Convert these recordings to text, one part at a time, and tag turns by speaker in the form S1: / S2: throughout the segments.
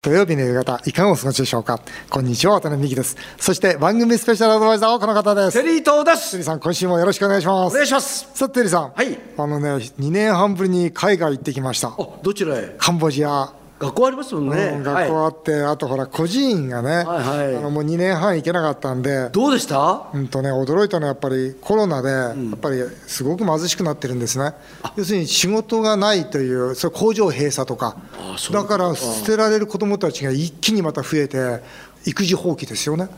S1: 土曜日の夕方、いかがお過ごしでしょうか。こんにちは、渡辺美希です。そして番組スペシャルアドバイザーはこの方です。
S2: テリー東です。
S1: テリーさん、今週もよろしくお願いしま
S2: お願い
S1: す。
S2: します。
S1: さて、テリーさん。
S2: はい
S1: あのね、2年半ぶりに海外行ってきました。
S2: あ、どちらへ。
S1: カンボジア。
S2: 学校ありますもんね。
S1: うん学校
S2: は
S1: あって、あとほら、孤児院がね、
S2: はいはい
S1: あのもう2年半行けなかったんで
S2: い。、どうでした。あ、
S1: うんとね、驚いたのはやっぱりコロナで、やっぱりすごく貧しくなってるんですね、要するに仕事がないという、それ工場閉鎖とか
S2: あ、そう
S1: だから捨てられる子どもたちが一気にまた増えて、育児放棄ですよね、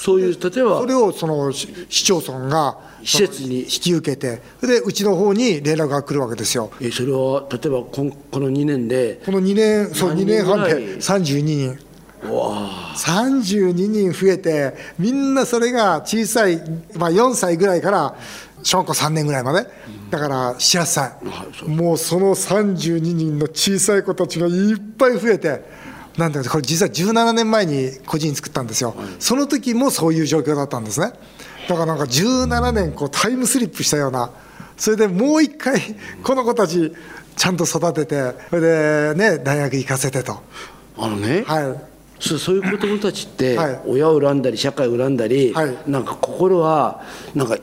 S2: そういう、例えば
S1: そ。れをそのし市町村が
S2: 施設に
S1: 引き受けて、でうちの方に連絡が来るわけですよ、
S2: え、それは、例えば、こん、この2年で。
S1: この2年、そう2
S2: 何人
S1: 年半
S2: ぐら
S1: で
S2: い
S1: 32人。
S2: わあ。
S1: 32人増えてみんなそれが小さい、まあ、4歳ぐらいから小学校3年ぐらいまでだから7歳
S2: そ
S1: もうその32人の小さい子たちがいっぱい増えてなんだかこれ実は17年前に個人作ったんですよその時もそういう状況だったんですねだからなんか17年こうタイムスリップしたようなそれでもう一回この子たちちゃんと育ててそれでね大学行かせてと
S2: あのね。
S1: はい
S2: そう、そういう子供たちって
S1: はい、
S2: 親を恨んだり、社会を恨んだり
S1: はい、
S2: なんか心は、なんか。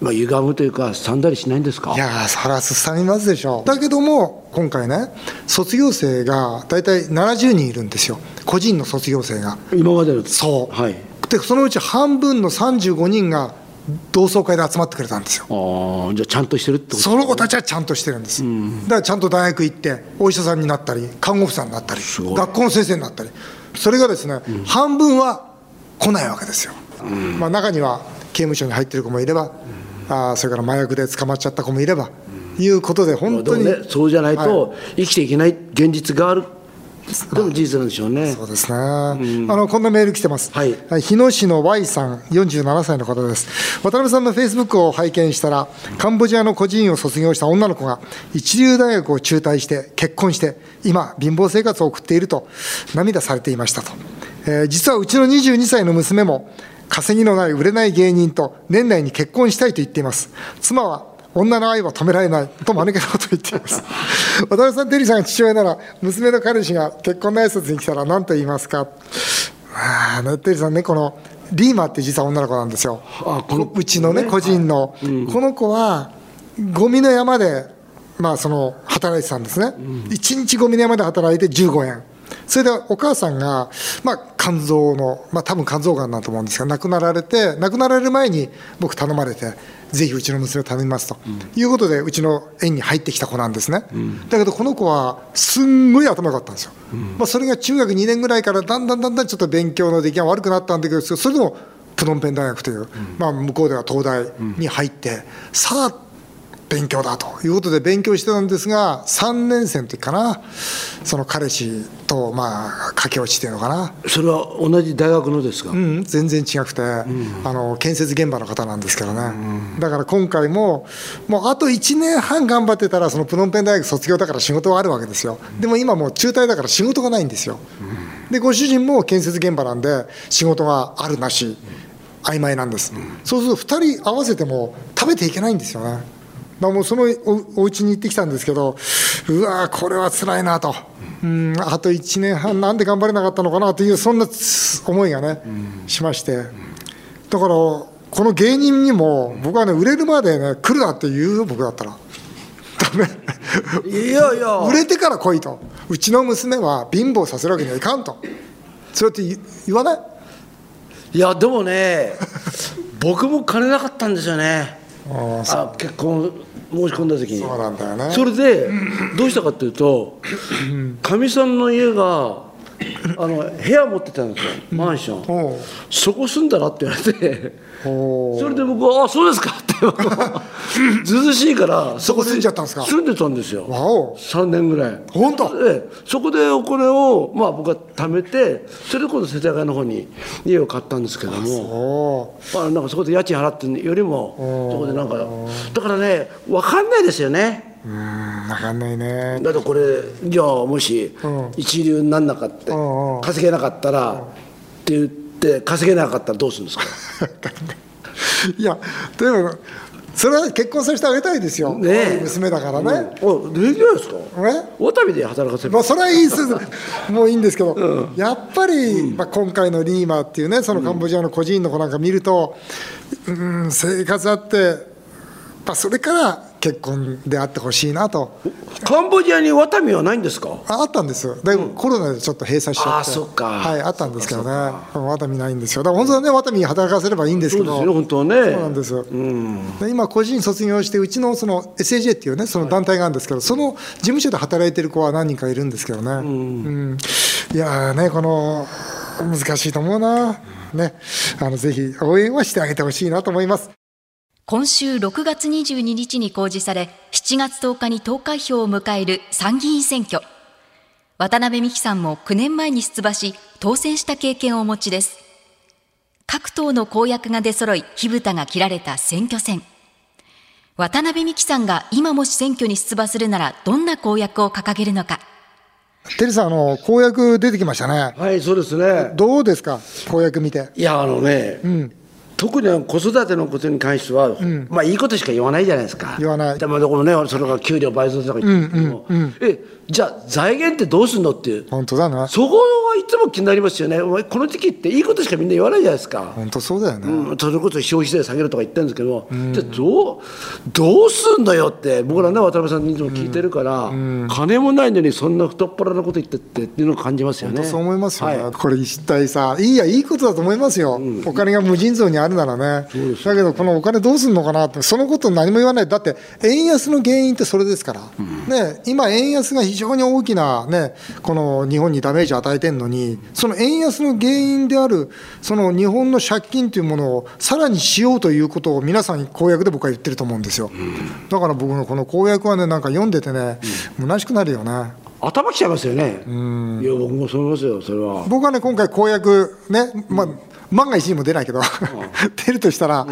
S2: まあ、歪むというか、さんだりしないんですか
S1: い。やー、そらすさみますでしょう。だけども、今回ね、卒業生が大体70人いるんですよ、個人の卒業生が。
S2: 今までの。
S1: そう。
S2: はい。
S1: で、そのうち半分の35人が同窓会で集まってくれたんですよ。
S2: ああ、じゃ、ちゃんとしてるってこと。
S1: その子たちはちゃんとしてるんです、だからちゃんと大学行って、お医者さんになったり、看護婦さんになったり、
S2: ごい
S1: 学校の先生になったり、それがですね、半分は来ないわけですよ、まあ、中には刑務所に入ってる子もいれば、あーそれから麻薬で捕まっちゃった子もいれば、いうことで、本
S2: で
S1: 当
S2: も
S1: に、
S2: ね、そうじゃない
S1: は
S2: と、生きていけない現実がある。でも事実なんでしょうね。
S1: そうですね、あのこんなメール来てます、
S2: はい
S1: 日野市の Y さん、47歳の方です、渡辺さんのフェイスブックを拝見したら、カンボジアの孤児院を卒業した女の子が、一流大学を中退して、結婚して、今、貧乏生活を送っていると、涙されていましたと、えー実はうちの22歳の娘も、稼ぎのない、売れない芸人と、年内に結婚したいと言っています。妻は女の愛は止められないと間抜けなことを言ってい ます渡辺さんテリーさんが父親なら娘の彼氏が結婚の挨拶に来たら何と言いますかああテリーさんねこのリーマって実は女の子なんですよ
S2: あこの
S1: うちのね個人の、この子はゴミの山でまあその働いてたんですね、一1日ゴミの山で働いて15円それでお母さんが、まあ、肝臓の、まあ、多分肝臓がんだと思うんですが亡くなられて亡くなられる前に僕頼まれてぜひうちの娘を頼みますと、いうことでうちの園に入ってきた子なんですね、だけどこの子はすんごい頭良かったんですよ、まあ、それが中学2年ぐらいからだんだんだんだんちょっと勉強の出来が悪くなったんだけどそれでもプノンペン大学という、まあ、向こうでは東大に入って、さあ勉強だということで勉強してたんですが3年生の時かなその彼氏とまあ駆け落ちっていうのかな、
S2: それは同じ大学のですか、
S1: うん、全然違くて、あの建設現場の方なんですけどね、だから今回ももうあと1年半頑張ってたらそのプノンペン大学卒業だから仕事はあるわけですよでも今もう中退だから仕事がないんですよ、でご主人も建設現場なんで仕事があるなし曖昧なんです、そうすると2人合わせても食べていけないんですよねまあ、もうそのおお家に行ってきたんですけど、うわー、これは辛いなと、うん、あと1年半、なんで頑張れなかったのかなという、そんなつ思いがね、しまして、だから、この芸人にも、僕はね、売れるまでね、来るなって言うよ、僕だったら、ダメ、
S2: いやいや
S1: 売れてから来いと、うちの娘は貧乏させるわけにはいかんと、そうやって言言わない
S2: いやでもね僕も金なかったんですよね
S1: ああそ
S2: あ結婚申し込んだ時に
S1: うなんだよね。
S2: それでどうしたかというとかみさんの家があの部屋持ってたんですよマンション、
S1: おう
S2: そこ住んだらって言われて
S1: おう
S2: それで僕は「あそうですか」 ってずうずうしいから
S1: そこ住んじゃったんですか
S2: 住んでたんですよ
S1: わお
S2: 3年ぐらい
S1: 本当
S2: ええそこでお金を、まあ、僕は貯めてそれで今度世田谷の方に家を買ったんですけども
S1: おう
S2: まあ、なんかそこで家賃払ってるよりもそこでなんかだからね分かんないですよね
S1: うーん、わかんないね。
S2: だってこれじゃあもし
S1: うん
S2: 一流になんなかった
S1: うんうん
S2: 稼げなかったらって言って稼げなかったらどうするんですか
S1: いや、でも、それは結婚させてあげたいですよ、
S2: ねえ
S1: 可愛い娘だからね、
S2: おできないですか
S1: ね
S2: 渡タで働かせる
S1: まあ、それはいいっすもういいんですけど、やっぱり、まあ、今回のリーマっていうねそのカンボジアの孤児院の子なんか見ると、うん、生活あって、まあ、それから結婚であってほしいなと
S2: カンボジアにワタミはないんですか
S1: ああったんですよでもコロナでちょっと閉鎖しちゃって、
S2: あーそっか
S1: はい、あったんですけどねうんワタミないんですよだから本当はねワタミ働かせればいいんですけ
S2: そうで
S1: ど
S2: すね本当はね
S1: そうなんですよ、で今個人卒業してうちのその SAJ っていうねその団体があるんですけどその事務所で働いてる子は何人かいるんですけどね、うんいやーねこの難しいと思うなねあのぜひ応援はしてあげてほしいなと思います
S3: 今週6月22日に公示され7月10日に投開票を迎える参議院選挙渡辺美樹さんも9年前に出馬し当選した経験をお持ちです各党の公約が出揃い火蓋が切られた選挙戦渡辺美樹さんが今もし選挙に出馬するならどんな公約を掲げるのか
S1: テリーさんあの公約出てきましたね
S2: はいそうですね
S1: どうですか公約見て
S2: いやあのね、特に子育てのことに関しては、まあいいことしか言わないじゃないですか
S1: 言わない
S2: でもこのねそれが給料倍増とか言っても、えじゃあ財源ってどうすんのっていう
S1: 本当だな
S2: そこはいつも気になりますよねお前この時期っていいことしかみんな言わないじゃないですか、
S1: 本当そうだよね、
S2: うん、それこそ消費税下げるとか言ってるんですけど、じゃあどうどうすんのよって僕らね渡辺さんにいつも聞いてるから、金もないのにそんな太っ腹なこと言ってってっていうのを感じますよね
S1: そう思いますよね、
S2: はい
S1: これ一体さいいやいいことだと思いますよ、お金が無尽蔵にあるならねだけどこのお金どうするのかなってそのこと何も言わないだって円安の原因ってそれですから、ね、今円安が非常に大きな、ね、この日本にダメージを与えてるのにその円安の原因であるその日本の借金というものをさらにしようということを皆さんに公約で僕は言ってると思うんですよ、だから僕のこの公約はねなんか読んでてね、虚しくなるよね
S2: 頭きちゃいますよねいや僕もそう思いますよそれは
S1: 僕はね、今回、公約、ね、まあ、万が一にも出ないけど、 出るとしたら、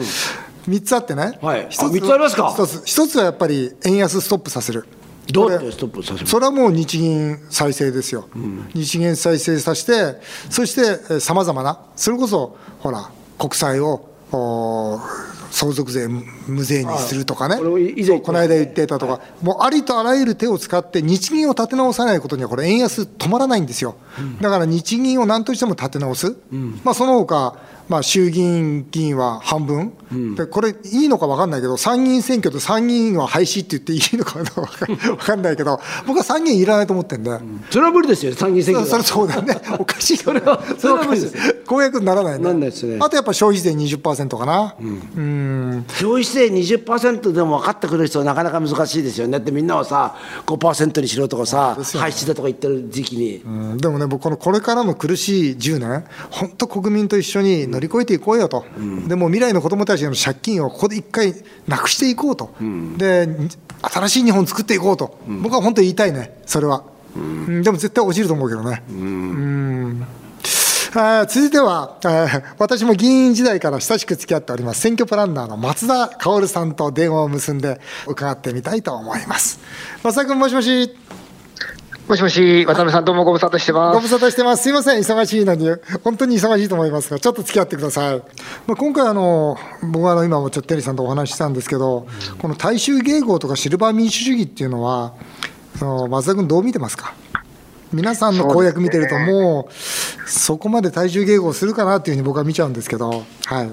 S1: 3つあってね、
S2: はい
S1: 一つ
S2: あ三つありますか
S1: 一つ一つはやっぱり円安ストップさせる。
S2: どうやってストップさせます
S1: それはもう日銀再生ですよ、日銀再生させて、そしてさまざまな、それこそほら、国債をおー相続税無無税にするとかね、
S2: これも以前言ってましたね
S1: そうこの間言ってたとか、もうありとあらゆる手を使って、日銀を立て直さないことには、これ、円安止まらないんですよ、だから日銀を何としても立て直す、まあ、その他まあ衆議院議員は半分、で、これ、いいのか分かんないけど、参議院選挙と参議院は廃止って言っていいのか分か分かんないけ ど、僕は参議院いらないと思ってるんで、
S2: それは無理ですよ参議院選
S1: そ
S2: 挙
S1: そ
S2: は
S1: れそうだね、 おかしいよね
S2: それはそれは無理
S1: おかしい 公約にならないね
S2: なんないですね
S1: あとやっぱ消費税20%かな、うん
S2: 消費税20%でも分かってくれる人はなかなか難しいですよねだってみんなはさ5%にしろとかさ、
S1: ですよね
S2: 廃止だとか言ってる時期に、
S1: うんでもね、僕、このこれからの苦しい10年、本当、国民と一緒に乗り越えていこうよと、でもう未来の子どもたちへの借金をここで一回なくしていこうと、で、新しい日本作っていこうと、僕は本当に言いたいね、それは。うんでも絶対落ちると思うけどね。うんあー続いては、えー私も議員時代から親しく付き合っております選挙プランナーの松田薫さんと電話を結んで伺ってみたいと思います松田君もしもし
S4: もしもし、渡辺さん、どうもご無沙汰してま
S1: ご
S4: す。
S1: 無沙汰してます。すいません、忙しいのに、本当に忙しいと思いますが、ちょっと付き合ってください。まあ、今回あの、僕はあの今もちょっとテリーさんとお話ししたんですけど、この大衆迎合とかシルバー民主主義っていうのは、その松田君、どう見てますか皆さんの公約見てると、もう、そこまで大衆迎合するかなっていうふうに僕は見ちゃうんですけど、はい、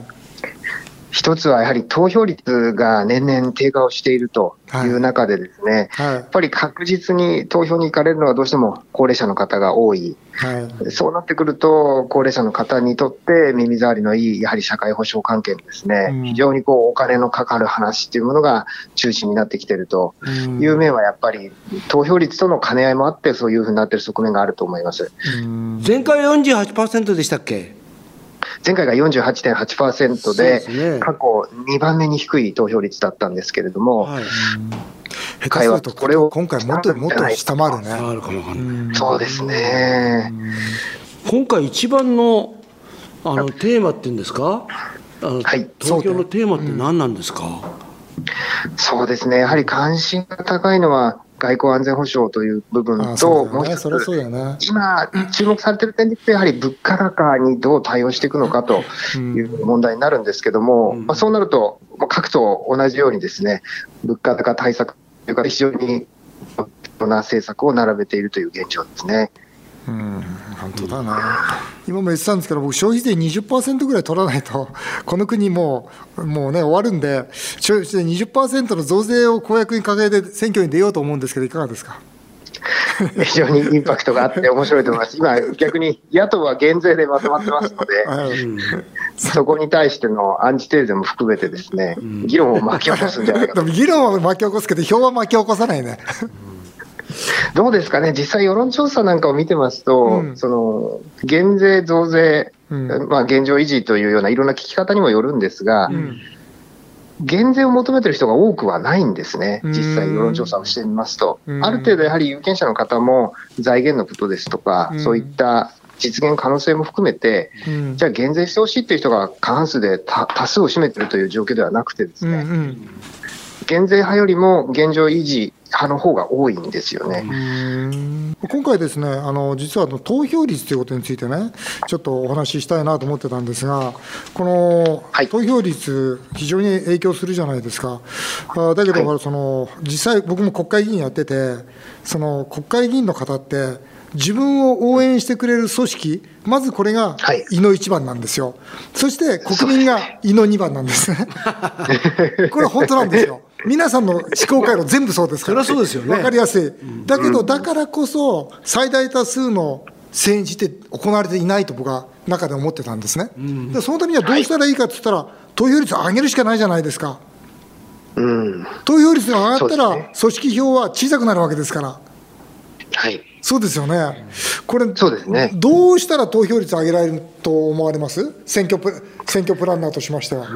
S4: 一つはやはり投票率が年々低下をしているという中でですね、
S1: はい
S4: やっぱり確実に投票に行かれるのはどうしても高齢者の方が多い。
S1: はい。
S4: そうなってくると、高齢者の方にとって耳障りのいい、やはり社会保障関係のですね、
S1: うん
S4: 非常にこうお金のかかる話っていうものが中心になってきていると
S1: うん
S4: いう面はやっぱり投票率との兼ね合いもあってそういうふうになっている側面があると思います。
S1: うん
S2: 前回48%でしたっけ
S4: 前回が48.8%
S2: そうですね
S4: で、過去2番目に低い投票率だったんですけれども、
S2: はい
S1: 下手すると、これを今回もっともっと下回るね。
S2: あるかもわかんない
S4: そうですね、
S2: 今回一番のあのテーマっていうんですかあの、
S4: はい
S2: 東京のテーマって何なんですか、
S4: そうですね、やはり関心が高いのは、外交安全保障という部分
S1: あ
S4: と、
S1: そうだ
S4: も
S1: よ
S4: う
S1: ね。
S4: 一つ
S1: そりゃそうだよね。
S4: 今、注目されてる点で言うと、やはり物価高にどう対応していくのかという問題になるんですけども、まあ、そうなると、まあ各党同じようにですね、物価高対策というか、非常に重要な政策を並べているという現状ですね。
S1: 本当だな。今も言ってたんですけど、僕、消費税20%ぐらい取らないと、 この国もう、もうね、終わるんで、消費税20%の増税を公約に掲げて選挙に出ようと思うんですけど、いかがですか。
S4: 非常にインパクトがあって面白いと思います。今、逆に野党は減税でまとまってますので、そこに対してのアンチテーゼも含めてですね、議論を巻き起こすんじゃない
S1: で
S4: か と。
S1: も議論は巻き起こすけど、票は巻き起こさないね。
S4: どうですかね、実際、世論調査なんかを見てますと、
S1: うん
S4: その減税、増税、
S1: うん
S4: まあ、現状維持というようないろんな聞き方にもよるんですが、減税を求めてる人が多くはないんですね、実際、
S1: うん
S4: 世論調査をしてみますと、
S1: うん
S4: ある程度やはり有権者の方も財源のことですとか、
S1: うん
S4: そういった実現可能性も含めて、
S1: うん
S4: じゃあ、減税してほしいという人が過半数で多多数を占めてるという状況ではなくてです
S1: う
S4: ね。
S1: んうん
S4: 減税派よりも現状維持派の方が多いんですよね。
S1: 今回ですね、あの実はあの投票率ということについてね、ちょっとお話ししたいなと思ってたんですが、この
S4: はい
S1: 投票率、非常に影響するじゃないですか、あだけど、
S4: はい
S1: ほらその実際、僕も国会議員やってて、その国会議員の方って、自分を応援してくれる組織、まずこれが
S4: はい
S1: 胃の一番なんですよ、そして国民が胃の二番なんですね。これ本当なん ですよ。皆さんの思考回路全部そうですから。
S2: そりゃそうですよね
S1: わかりやすい。だけど、だからこそ、最大多数の政治って行われていないと僕は中で思ってたんですね。でそのためにはどうしたらいいかって言ったら、投票率を上げるしかないじゃないですか。
S4: うん。
S1: 投票率が上がった
S4: そうです
S1: ら
S4: ね、
S1: 組織票は小さくなるわけですから。
S4: はい。
S1: そうですよね。これ、
S4: そうですね
S1: どうしたら投票率を上げられると思われます選挙プ選挙プランナーとしましては。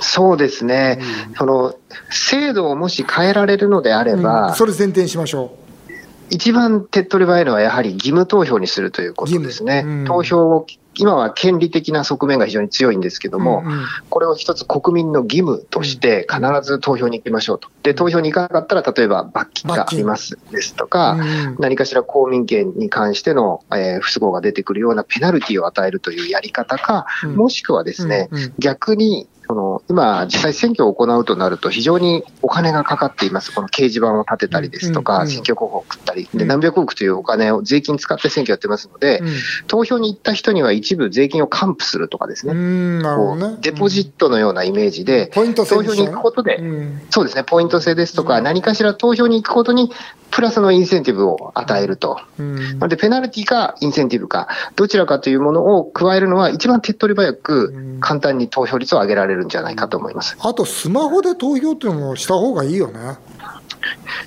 S4: そうですね。その、制度をもし変えられるのであれば、
S1: うんそれ前提にしましょう。
S4: 一番手っ取り早いのはやはり義務投票にするということですね。
S1: 義務うん
S4: 投票を、今は権利的な側面が非常に強いんですけども、
S1: うんうん
S4: これを一つ国民の義務として必ず投票に行きましょうと。で、投票に行かなかったら、例えば罰金があ
S1: 罰金
S4: りますですとか、
S1: うん
S4: 何かしら公民権に関しての、えー不都合が出てくるようなペナルティを与えるというやり方か、
S1: うん
S4: もしくはですね、
S1: うんうん
S4: 逆に、その今、実際選挙を行うとなると、非常にお金がかかっています、この掲示板を立てたりですと
S1: うんうん
S4: か、
S1: うん
S4: 選挙候補を送ったり、
S1: う
S4: で
S1: ん
S4: 何百億というお金を税金使って選挙やってますので、投票に行った人には一部税金を還付するとかです
S1: う
S4: ね、
S1: ん、なる
S4: こ
S1: ほどね
S4: う。デポジットのようなイメージで、
S1: ポイント制
S4: 投
S1: に
S4: 票
S1: した
S4: に
S1: ね
S4: 行くことで、
S1: うん
S4: そうですね、ポイント制ですとか、何かしら投票に行くことに、プラスのインセンティブを与えると。
S1: うん
S4: なので、ペナルティかインセンティブか、どちらかというものを加えるのは、一番手っ取り早
S1: うん
S4: く、簡単に投票率を上げられるんじゃないかと思います。
S1: あとスマホで投票っていうのもした方がいいよね。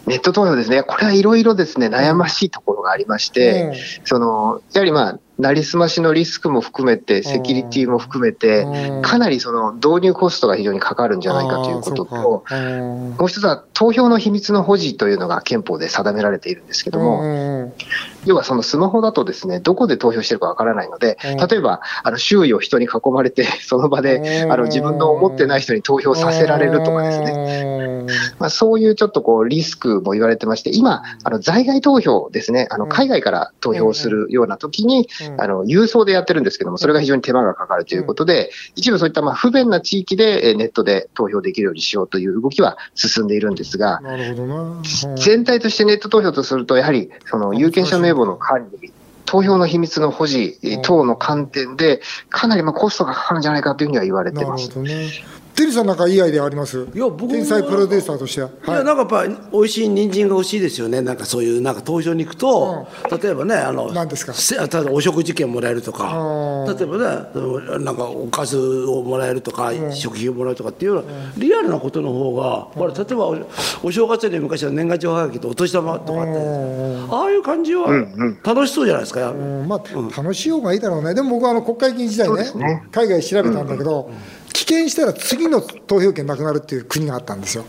S4: ネット投票ですね、これはいろいろですね、悩ましいところがありまして、その、やはりまあ、なりすましのリスクも含めて、セキュリティも含めて
S1: うん、
S4: かなりその導入コストが非常にかかるんじゃないかということ
S1: あ
S4: と、
S1: ー
S4: もう一つは投票の秘密の保持というのが憲法で定められているんですけ
S1: そ
S4: ど
S1: うかうん
S4: も、
S1: うんうん
S4: 要はそのスマホだとですね、どこで投票してるかわからないので
S1: うん、
S4: 例えば、あの、周囲を人に囲まれて、 その場で
S1: う、ん
S4: あの、自分の思ってない人に投票させられるとかですね。
S1: ね。
S4: まあ、そういうちょっとこうリスクも言われてまして、今、あの在外投票ですね、あの
S1: うん
S4: 海外から投票するような時に、
S1: うん
S4: あの郵送でやってるんですけども、それが非常に手間がかかるということで、一部そういったまあ不便な地域でえーネットで投票できるようにしようという動きは進んでいるんですが、
S1: なるほどな。
S4: 全体としてネット投票とすると、やはりその有権者名簿の管理、投票の秘密の保持えー等の観点で、かなりまあコストがかかるんじゃないかというふうには言われ
S1: な
S4: て
S1: る
S4: ます
S1: ほ。どね。テリーさんなんかいいアイデアあります
S2: いや僕も
S1: 天才プロデューサーとして。はい
S2: いやなんかやっぱ美味しい人参が美味しいですよねなんかそういうなんか投票に行くと、例えばねあの
S1: 何ですか
S2: せ例えばお食事券もらえるとか
S1: あ
S2: 例えばねそのなんかおかずをもらえるとか、食費をもらうとかっていうようなリアルなことの方が、ほら例えばおお正月に昔は年賀状はがきとお年玉とかって、ああいう感じは楽しそうじゃないですか、
S1: うんまあ、楽しい方がいいだろうね、でも僕はあの国会議員時代
S4: そう
S1: ね
S4: ですね
S1: 海外調べたんだけど、棄権したら次の投票権なくなるっていう国があったんですよ、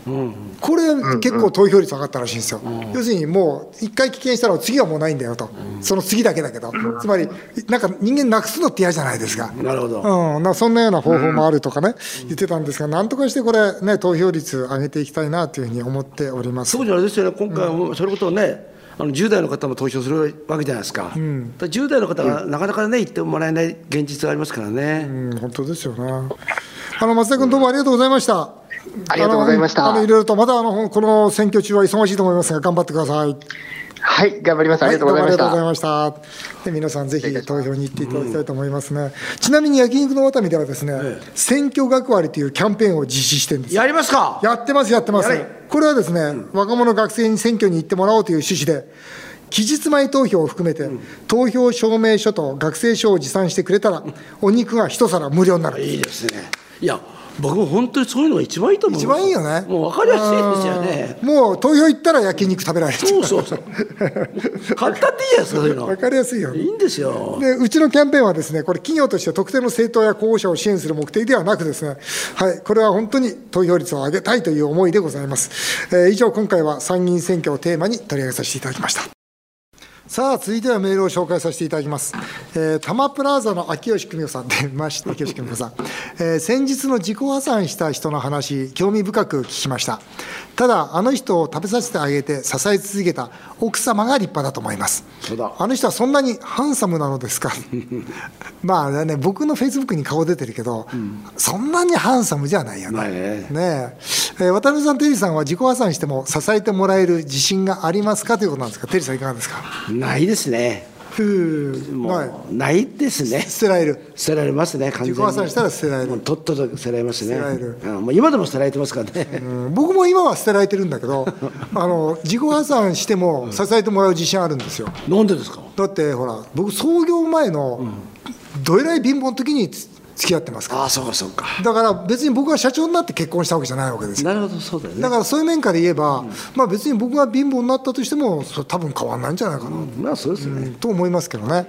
S1: これ、結構投票率上がったらしいんですよ、要するにもう、一回棄権したら次はもうないんだよと、その次だけだけど、つまり、なんか人間なくすのって嫌じゃないですか。
S2: なるほど。
S1: うん、なそんなような方法もあるとかね、言ってたんですが、なんとかしてこれ、ね、投票率上げていきたいなというふうに思っております。
S2: 特にあれですよね、今回もそれこそね、あの10代の方も投票するわけじゃないですか、だから10代の方がなかなかね、言ってもらえない現実がありますからね、
S1: うん、本当ですよね。あの松田君、どうもありがとうございました。
S4: ありがとうございました
S1: あのあのいろいろと、まだあのこの選挙中は忙しいと思いますが、頑張ってください。
S4: はい、頑張ります。あ
S1: は
S4: り
S1: い
S4: がと
S1: ど
S4: う
S1: う
S4: ご
S1: も
S4: ざい
S1: あ
S4: ま
S1: り
S4: し
S1: がとうご
S4: た
S1: ざ。いました。で皆さんぜひ投票に行っていただきたいと思いますね。ちなみに焼肉の渡美ではですね、選挙学割というキャンペーンを実施してるんです。
S2: やりますか、
S1: やってます、やってます
S2: やれ。
S1: これはですね、若者学生に選挙に行ってもらおうという趣旨で、期日前投票を含めて、投票証明書と学生証を持参してくれたら、お肉が一皿無料になる。
S2: いいですね、いや、僕も本当にそういうのが一番いいと思う
S1: 一番いいよね。
S2: もう分かりやすいですよね、
S1: うん。もう投票行ったら焼肉食べられる。
S2: そうそうそう、簡単でいいじゃないですか、そういう の
S1: わ、かりやすいよ
S2: い。いんですよ、
S1: でうちのキャンペーンはですねこれ企業として特定の政党や候補者を支援する目的ではなくですね、はい、これは本当に投票率を上げたいという思いでございます、えー以上今回は参議院選挙をテーマに取り上げさせていただきましたさあ続いてはメールを紹介させていただきます、えー、多摩プラザの 秋吉久美子さん出ました秋吉久美子さん、えー先日の自己破産した人の話興味深く聞きましたただあの人を食べさせてあげて支え続けた奥様が立派だと思います
S2: そうだ
S1: あの人はそんなにハンサムなのですか まああれね僕のフェイスブックに顔出てるけど、そんなにハンサムじゃないよね
S2: ないね
S1: ねええー渡辺さん、テリーさんは自己破産しても支えてもらえる自信がありますかということなんですが、テリーさん、いかがですか。
S2: ないですね、
S1: ふう
S2: も
S1: はいう
S2: ないですね。
S1: 捨てられる、
S2: 捨てられますね、完全に。
S1: 自己破産したら捨てられる
S2: もうとっとと捨てられますね。
S1: 捨てられる
S2: うんもう今でも捨てられてますからね。
S1: うん僕も今は捨てられてるんだけど、 あの自己破産しても支えてもらう自信あるんですよ。
S2: なんでですか
S1: だってほら、僕、創業前のどえらい貧乏の時につ付き合ってますから、
S2: ああ、そうかそうか。
S1: だから別に僕は社長になって結婚したわけじゃないわけですよ。
S2: なるほど、そうだよね。
S1: だからそういう面から言えば、まあ別に僕が貧乏になったとしても、それ多分変わらないんじゃないかなと
S2: まあそうですね。
S1: と思いますけどね、はい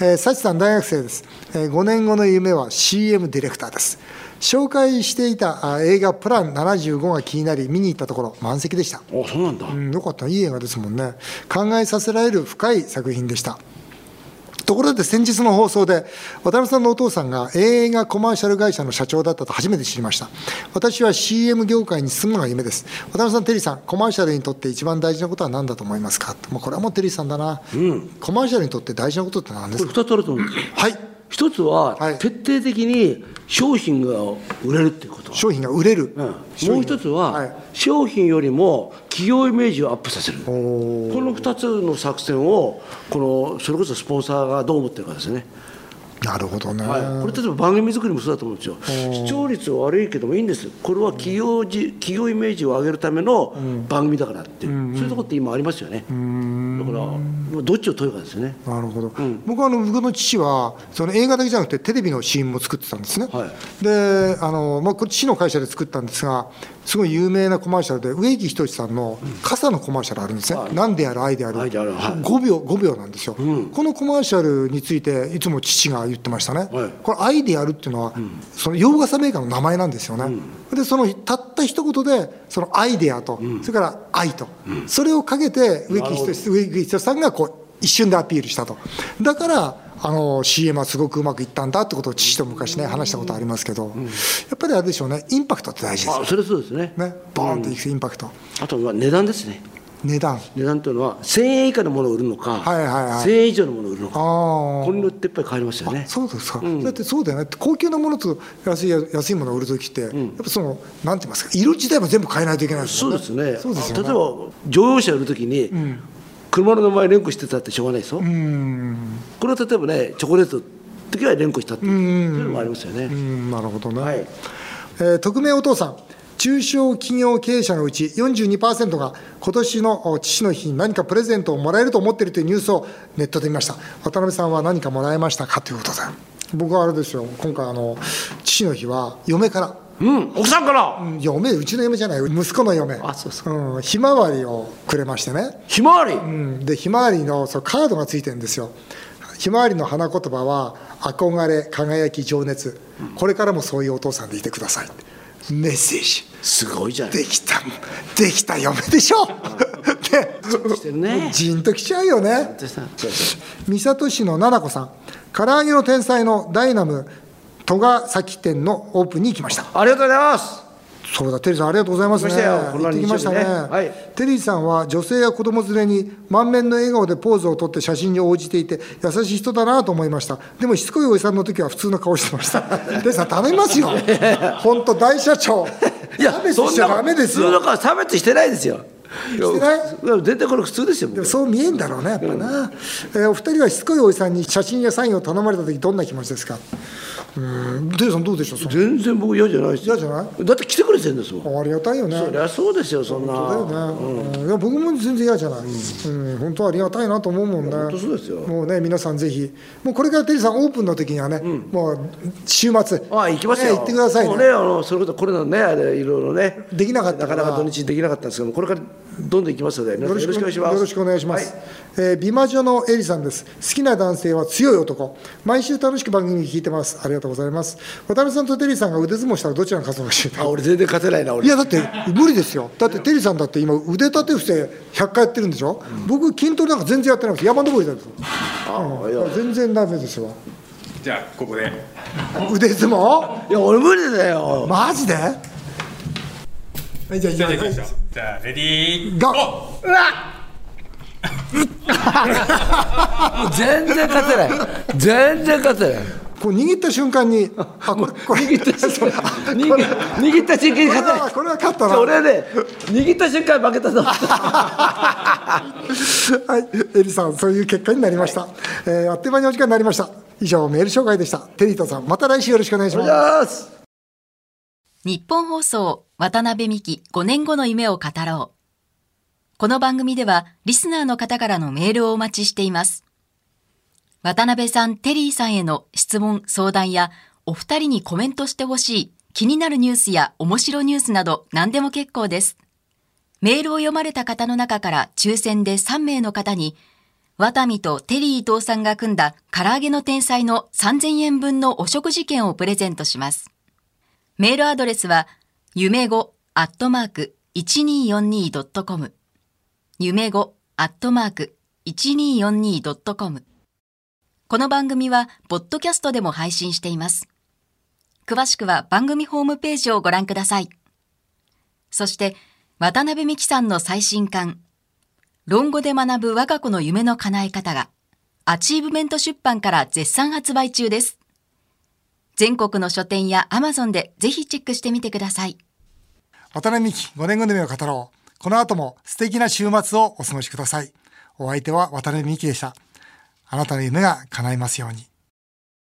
S1: えー、幸さん、大学生です、えー、5年後の夢は CM ディレクターです紹介していたあ映画「プラン75」が気になり見に行ったところ満席でした、
S2: あそうなんだ。
S1: うん、よかったいい映画ですもんね考えさせられる深い作品でしたところで先日の放送で渡辺さんのお父さんが映画コマーシャル会社の社長だったと初めて知りました私は CM 業界に進むのが夢です渡辺さんテリーさんコマーシャルにとって一番大事なことは何だと思いますかもうこれはもうテリーさんだな、コマーシャルにとって大事なことって何です
S2: これ
S1: か
S2: 二つあると思うんですよ。
S1: はい
S2: 一つは、
S1: はい
S2: 徹底的に商品が売れるっていうこと。
S1: 商品が売れる、
S2: うん、もう一つは、
S1: はい
S2: 商品よりも企業イメージをアップさせるこの二つの作戦をこのそれこそスポンサーがどう思ってるかですね
S1: なるほどね、
S2: はい、これ例えば番組作りもそうだと思うんですよ、視聴率は悪いけどもいいんです、これは企業じ企業イメージを上げるための番組だからっていう、そういうところって今ありますよね、だから、まあどっちを取るかですよね、
S1: なるほど、僕はあの僕の父はその映画だけじゃなくてテレビの CM も作ってたんですね、
S2: は
S1: であの、まあ、これ父の会社で作ったんですがすごい有名なコマーシャルで植木仁さんの傘のコマーシャルあるんですね「なんでやる愛である」
S2: 愛であるはい
S1: 5秒5秒なんですよ、このコマーシャルについていつも父が言ってましたね、
S2: はい
S1: これ「愛である」っていうのは、その洋傘メーカーの名前なんですよね、でそのたった一言でそのアイデアと、それから愛と、それをかけて植木仁植木仁さんがこう一瞬でアピールしたとだからあの CM はすごくうまくいったんだってことを父と昔ね話したことありますけど、やっぱりあれでしょうねインパクトって大事です
S2: あそれそうですね、
S1: ねボーンっていくインパクト
S2: あとは値段ですね、
S1: 値段
S2: 値段というのは、1000円以下のものを売るのか、
S1: はいはいはい
S2: 1000円以上のものを売るのか、
S1: ああ
S2: これによってやっぱり変わりますよね。
S1: そうですか、だってそうだよね高級なものと安い安いものを売るときって、やっぱそのなんて言いますか色自体も全部変えないといけないです
S2: そ
S1: もん
S2: う
S1: ね
S2: ですね
S1: そうですよね
S2: 例えば乗用車売るときに、車の名前連呼してたってしょうがないでしょ、これは例えばねチョコレートの時は連呼したっていう、そういうのもありますよね、
S1: うんなるほどね、
S2: はい
S1: えー匿名お父さん中小企業経営者のうち42%が今年のお父の日に何かプレゼントをもらえると思っているというニュースをネットで見ました渡辺さんは何かもらえましたかということで僕はあれですよ今回あの父の日は嫁から
S2: うん奥さんから、
S1: うん嫁うちの嫁じゃない息子の嫁
S2: あそうそ
S1: うん、ひまわりをくれましてね
S2: ひまわり、
S1: うんでひまわりのそうカードがついてるんですよひまわりの花言葉は憧れ輝き情熱これからもそういうお父さんでいてくださいメッセージ
S2: すごいじゃない
S1: できたできた嫁でしょ ね
S2: してるね
S1: ジーンときちゃうよね
S2: そうそう
S1: 三郷市の七子さん唐揚げの天才のダイナム戸ヶ崎店のオープンに行きました
S2: ありがとうございます
S1: そうだテリーさんありがとうございますね
S2: 行きましたよこ
S1: 行
S2: んな
S1: って
S2: 日
S1: きましたね
S2: 曜日ねはい
S1: テリーさんは女性や子供連れに満面の笑顔でポーズをとって写真に応じていて優しい人だなと思いましたでもしつこいおじさんの時は普通の顔してました テリーさん頼みますよ本当大社長
S2: い
S1: 差
S2: や
S1: 別
S2: そ
S1: し
S2: ん
S1: ち
S2: な
S1: ゃダメです
S2: 普通の
S1: よ
S2: 顔差別してないですよ
S1: してない
S2: いや全然これ普通ですよ
S1: で
S2: 僕
S1: もそう見えんだろうねやっぱな、えーお二人はしつこいおじさんに写真やサインを頼まれた時どんな気持ちですかうーんテリーさんどうでしょうその
S2: 全然僕嫌じゃないですよ
S1: 嫌じゃな
S2: だって来てくれてるんですもん
S1: ありがたいよね。
S2: そりゃそうですよそんな
S1: そうだよねうんいや僕も全然嫌じゃない、うん本当ありがたいなと思うもんね、
S2: 本当そうですよ
S1: もうね、皆さんぜひ、もうこれからテリーさん、オープンの時にはね、もう週末、
S2: ああ行きますよ、
S1: ね行ってください
S2: もう
S1: ね
S2: ね、あのそれこそコロナのね、あれいろいろね、
S1: できなかったから
S2: なかなか土日できなかったんですけども、これからどんどん行きますので、皆さんよろしくお願いします。
S1: よろしくお願いしま
S2: は
S1: す。えー美魔女のエリさんです。好きな男性は強い男。毎週楽しく番組聞いてます。ありがとうございます。渡辺さんとテリーさんが腕相撲したらどちらが勝つのか知りたい
S2: あ、俺全然勝てないな、俺。
S1: いやだって無理ですよ、だってテリーさんだって今、腕立て伏せ100回やってるんでしょ、僕、筋トレなんか全然やってないです、山登りなんですよ、
S2: あい
S1: だか
S2: や
S1: ら全然ダメですよ、
S5: じゃあここで
S1: 腕相撲、
S2: いや、俺無理だよ。
S1: マジではじゃあ、
S5: じゃあ
S1: い
S5: 行きましょう
S1: や
S5: じゃあレディー
S1: が
S5: ゴー
S2: 全然勝てない。全然勝 てない。
S1: こう握った瞬間に、あこれ、これ、
S2: 握った瞬間、握握った瞬間に
S1: これ
S2: 勝てな。
S1: はい これは勝ったな、
S2: 俺ね、握った瞬間負けたと思った。
S1: はい、エリさん、そういう結果になりました、えーあっという間にお時間になりました、以上、メール紹介でした、テリーとさん、また来週よろしくお願いします
S2: じ。ゃあす。
S3: 日本放送渡辺美希5年後の夢を語ろう。この番組ではリスナーの方からのメールをお待ちしています。渡辺さん、テリーさんへの質問、相談やお二人にコメントしてほしい気になるニュースや面白ニュースなど何でも結構です。メールを読まれた方の中から抽選で3名の方に渡美とテリー伊藤さんが組んだ唐揚げの天才の3000円分のお食事券をプレゼントします。メールアドレスは、夢語アットマーク 1242.com。夢語アットマーク 1242.com。この番組は、ポッドキャストでも配信しています。詳しくは番組ホームページをご覧ください。そして、渡辺美希さんの最新刊、論語で学ぶ我が子の夢の叶え方が、アチーブメント出版から絶賛発売中です。全国の書店や Amazon でぜひチェックしてみてください。
S1: 渡辺美希5年後の夢を語ろう。この後も素敵な週末をお過ごしください。お相手は渡辺美希でした。あなたの夢が叶いますように。